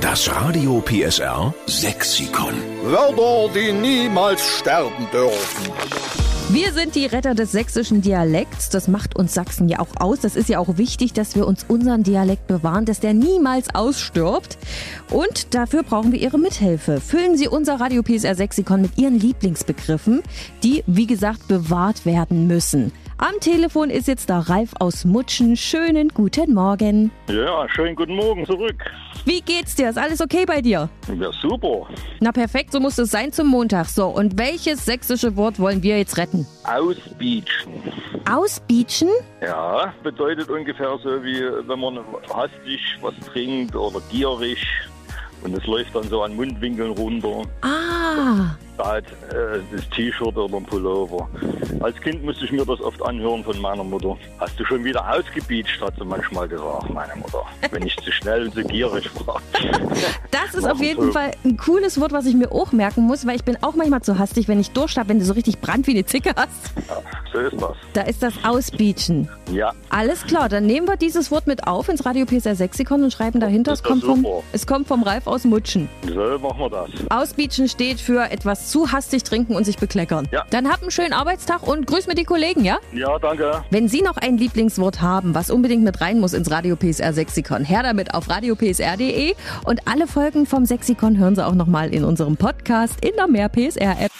Das Radio PSR Sexikon. Wörter, die niemals sterben dürfen. Wir sind die Retter des sächsischen Dialekts. Das macht uns Sachsen ja auch aus. Das ist ja auch wichtig, dass wir uns unseren Dialekt bewahren, dass der niemals ausstirbt. Und dafür brauchen wir Ihre Mithilfe. Füllen Sie unser Radio PSR Sexikon mit Ihren Lieblingsbegriffen, die, wie gesagt, bewahrt werden müssen. Am Telefon ist jetzt da Ralf aus Mutschen. Schönen guten Morgen. Ja, schönen guten Morgen zurück. Wie geht's dir? Ist alles okay bei dir? Ja, super. Na perfekt, so muss es sein zum Montag. So, und welches sächsische Wort wollen wir jetzt retten? Ausbeatschen. Ausbeatschen? Ja, bedeutet ungefähr so wie wenn man hastig was trinkt oder gierig und es läuft dann so an Mundwinkeln runter. Ah, Halt, äh, das T-Shirt oder ein Pullover. Als Kind musste ich mir das oft anhören von meiner Mutter. Hast du schon wieder ausgebeatscht, hat sie manchmal gesagt, meine Mutter. Wenn ich zu schnell und zu gierig war. das ist Machen auf jeden wir. Fall ein cooles Wort, was ich mir auch merken muss, weil ich bin auch manchmal zu hastig, wenn ich Durst hab, wenn du so richtig Brand wie eine Zicke hast. so ist das. Da ist das Ausbeatschen. Ja, Alles klar, dann nehmen wir dieses Wort mit auf ins Radio PSR Sexikon und schreiben dahinter, Das es ist kommt, vom, super. es kommt vom Ralf aus Mutschen. so machen wir das. Ausbeatschen steht für etwas zu hastig trinken und sich bekleckern. Ja. Dann hab einen schönen Arbeitstag und grüß mir die Kollegen, ja? Ja, danke. Wenn Sie noch ein Lieblingswort haben, was unbedingt mit rein muss ins Radio PSR Sexikon, her damit auf radiopsr.de und alle Folgen vom Sexikon hören Sie auch nochmal in unserem Podcast in der Mehr PSR App.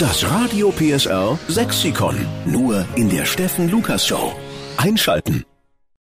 Das Radio PSR Sexikon. Nur in der Steffen Lukas Show. Einschalten.